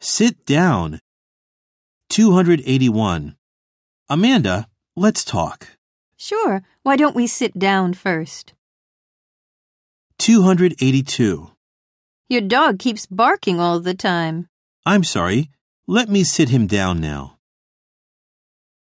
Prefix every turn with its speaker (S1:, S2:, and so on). S1: Sit down. 281. Amanda, let's talk.
S2: Sure, why don't we sit down first?
S1: 282.
S2: Your dog keeps barking all the time.
S1: I'm sorry. Let me sit him down now.